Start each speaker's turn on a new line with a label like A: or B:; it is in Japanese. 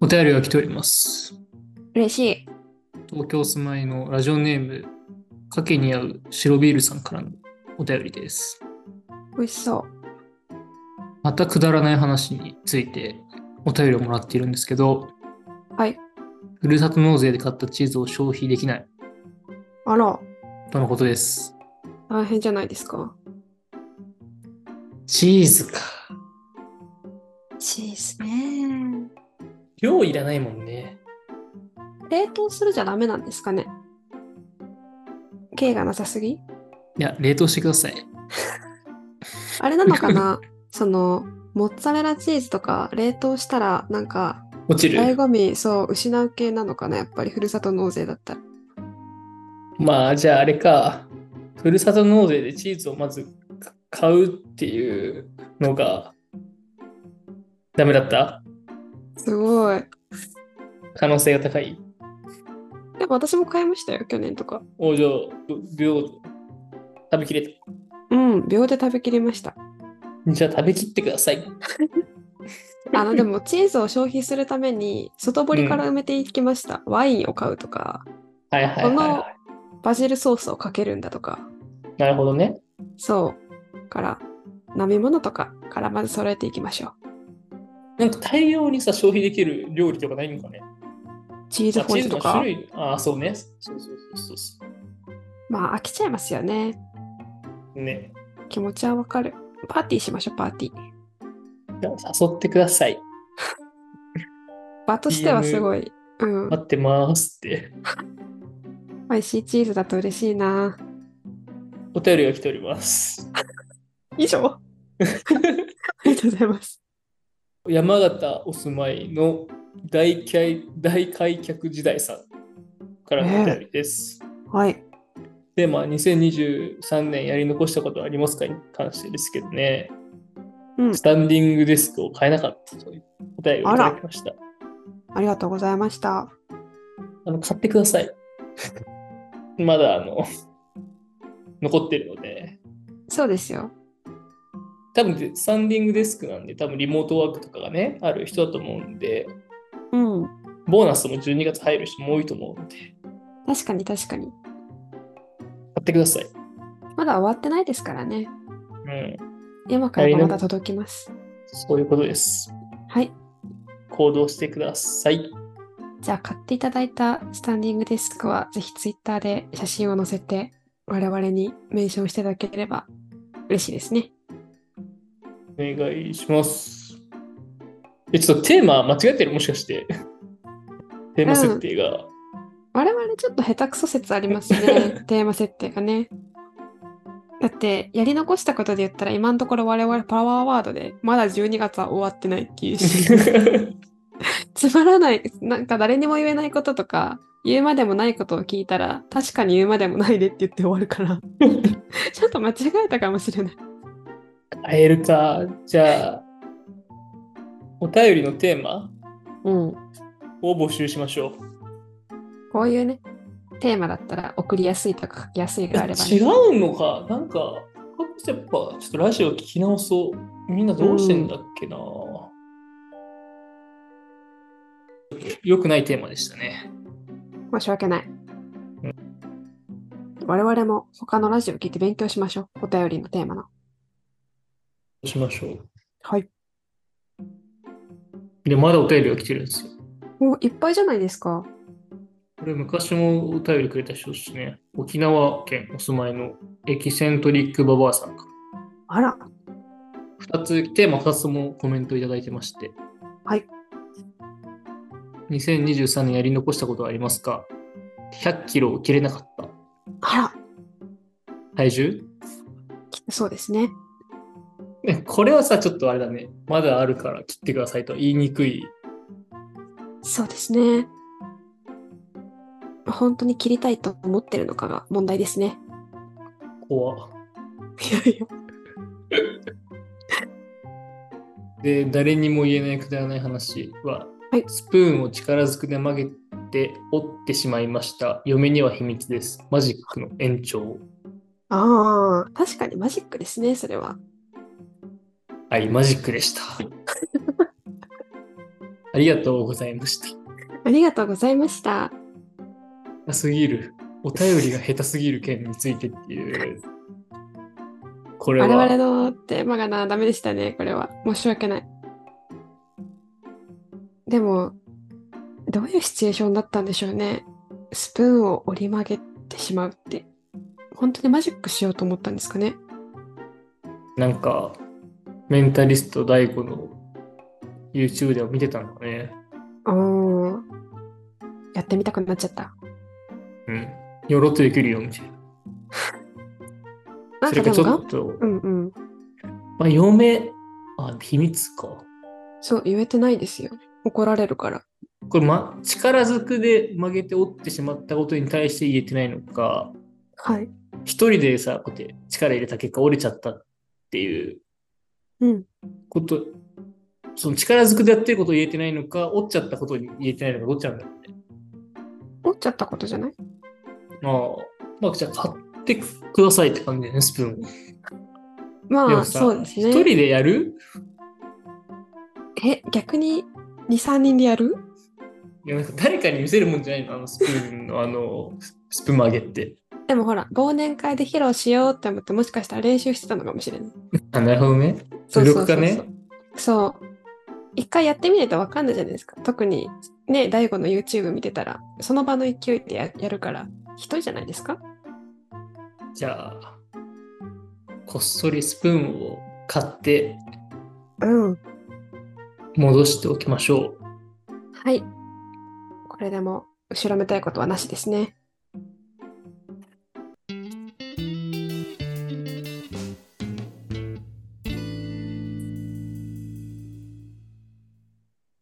A: お便りが来ております。
B: 嬉しい。
A: 東京お住まいのラジオネーム、かけに合う白ビールさんからのお便りです。
B: 美味しそう。
A: またくだらない話についてお便りをもらっているんですけど、
B: はい。
A: ふるさと納税で買ったチーズを消費できない
B: あら、
A: とのことです。
B: 大変じゃないですか。
A: チーズか。
B: チーズね。
A: 量いらないもんね。
B: 冷凍するじゃダメなんですかね。芸がなさすぎ
A: いや、冷凍してください。
B: あれなのか なその、モッツァレラチーズとか冷凍したらなんか
A: 落ち
B: 醍
A: る。
B: 醐味そう失う系なのかなやっぱりふるさと納税だったら
A: まあ、じゃああれか。ふるさと納税でチーズをまず買うっていうのがダメだった
B: すごい
A: 可能性が高い。
B: でも私も買いましたよ去年とか
A: おじゃあ、秒、食べきれた。
B: うん秒で食べきりました
A: じゃあ食べきってください。
B: あのでもチーズを消費するために外堀から埋めていきました、ワインを買うとか
A: はいはいはい、
B: この
A: は
B: バジルソースをかけるんだとか
A: い。なるほどね。
B: そうから飲み物とかからまず揃えていきましょ
A: なんか大量にさ、消費できる料理とかないのかね。
B: うチーズ
A: あ
B: フォンデュとか
A: 類。ああ、そうね。そうそうそうそ
B: まあ飽きちゃいますよね
A: う。ね。
B: 気持ちはわかるパーティーしましょうパーティー
A: じゃあ誘ってください。
B: 場としてはすごい、うん、
A: 待ってますって。
B: 美味しいチーズだと嬉しいな
A: お便りが来ております。
B: 以 上ありがとうございます
A: 山形お住まいの大開大開脚時代さんからのお便りです。
B: はい
A: で、まあ、2023年やり残したことはありますかに関してですけどね、
B: うん
A: スタンディングディスクを変えなかったというお便りをいただきました。あ
B: ありがとうございました
A: の買ってください。 まだあの残ってるので、
B: そうですよ
A: 多分でスタンディングディスクなんで、多分リモートワークとかがね、ある人だと思うんで、
B: うん
A: ボーナスも12月入る人も多いと思うので、買
B: 確かに確かに
A: ってください。
B: まだ終わってないですからね
A: うん、
B: 山からまだ届きます
A: そういうことです。
B: はい
A: 行動してください。
B: じゃあ買っていただいたスタンディングディスクはぜひツイッターで写真を載せて我々にメンションしていただければ嬉しいですね
A: お願いします。え、ちょっとテーマ間違えてるもしか して。テーマ設定が。
B: 我々ちょっと下手くそ説あります ねテーマ設定がねだってやり残したことで言ったら今のところ我々パワーワードでまだ12月は終わってないっていう しつまらないなんか誰にも言えないこととか言うまでもないことを聞いたら確かに言うまでもないでって言って終わるから ちょっと間違えたかもしれない
A: 会えるか。じゃあ、お便りのテーマ
B: うん
A: を募集しましょ。
B: こういうね、テーマだったら送りやすいとか書きやすいうがあれば、ね、
A: 違うのか。なんか、やっぱ、ちょっとラジオ聞き直そう。みんなどうしてんだっけな。良くないテーマでしたね。
B: 申し訳ない。我々も他のラジオ聞いて勉強しましょう。お便りのテーマの。
A: どうしましょう。
B: はい。
A: で、まだお便りが来てるんですよ。
B: お、いっぱいじゃないですか。
A: これ昔もお便りくれた人ですね。沖縄県お住まいのエキセントリックババアさんか
B: あら、
A: ら。2つ、テーマ2つともコメントいただいてまして。
B: はい。
A: 2023年やり残したことはありますか ?100 キロを切れなかった。
B: あら、
A: 体重
B: きっとそうですね。
A: ねこれはさ、ちょっとあれだね。まだあるから切ってくださいとは言いにくい。
B: そうですね。本当に切りたいと思ってるのかが問題ですね。
A: 怖
B: いやいや。
A: で、誰にも言えないくだらない話は、
B: はい
A: スプーンを力ずくで曲げて折ってしまいました。嫁には秘密です。マジックの延長。
B: ああ、確かにマジックですね、それは。
A: はい、マジックでした。ありがとうございました。
B: ありがとうございました。
A: 下手すぎる。お便りが下手すぎる件についてっていう。これ
B: 我々
A: は
B: のテーマがな、ダメでしたね、これは。申し訳ない。でも、どういうシチュエーションだったんでしょうね。スプーンを折り曲げてしまうって。本当にマジックしようと思ったんですかね。
A: なんかメンタリスト DAIGO の YouTube でも見てたのかね。
B: あーやってみたくなっちゃった。
A: うん。よろっとできるよみたいな。
B: なん
A: それ
B: かで
A: か
B: も
A: ち
B: が
A: ょ
B: ん
A: っ、と、
B: うんうん。
A: まあ、嫁、あ、秘密か。
B: そう、言えてないですよ。怒られるから。
A: これ、ま、力ずくで曲げて折ってしまったことに対して言えてないのか、
B: はい。
A: 一人でさ、こうやって力入れた結果折れちゃったっていう
B: うん。
A: こと、その力ずくでやってることを言えてないのか、折っちゃったことに言えてないのか、どっちなんだろうね。
B: 折っちゃったことじゃない
A: まあ、まあ、じゃあ買ってくださいって感じだよね、スプーンを。で
B: ま
A: も
B: あ、
A: さ
B: そうです
A: 一人
B: ね。
A: でやる
B: え、逆に2、3人でやる
A: いやなんか誰かに見せるもんじゃないのあのスプーンの、あの、スプーン曲げって。
B: でもほら、忘年会で披露しようって思って、もしかしたら練習してたのかもしれない。
A: あ、なるほどね。
B: そうそうそ
A: 努
B: うそう
A: 力家ね。
B: そう。一回やってみないとわかんないじゃないですか。特に、ね、大悟の YouTube 見てたら、その場の勢いでややるから、一人じゃないですか
A: じゃあ、こっそりスプーンを買って
B: うん。
A: 戻しておきましょう。
B: はい。これでも、後ろめたいことはなしですね。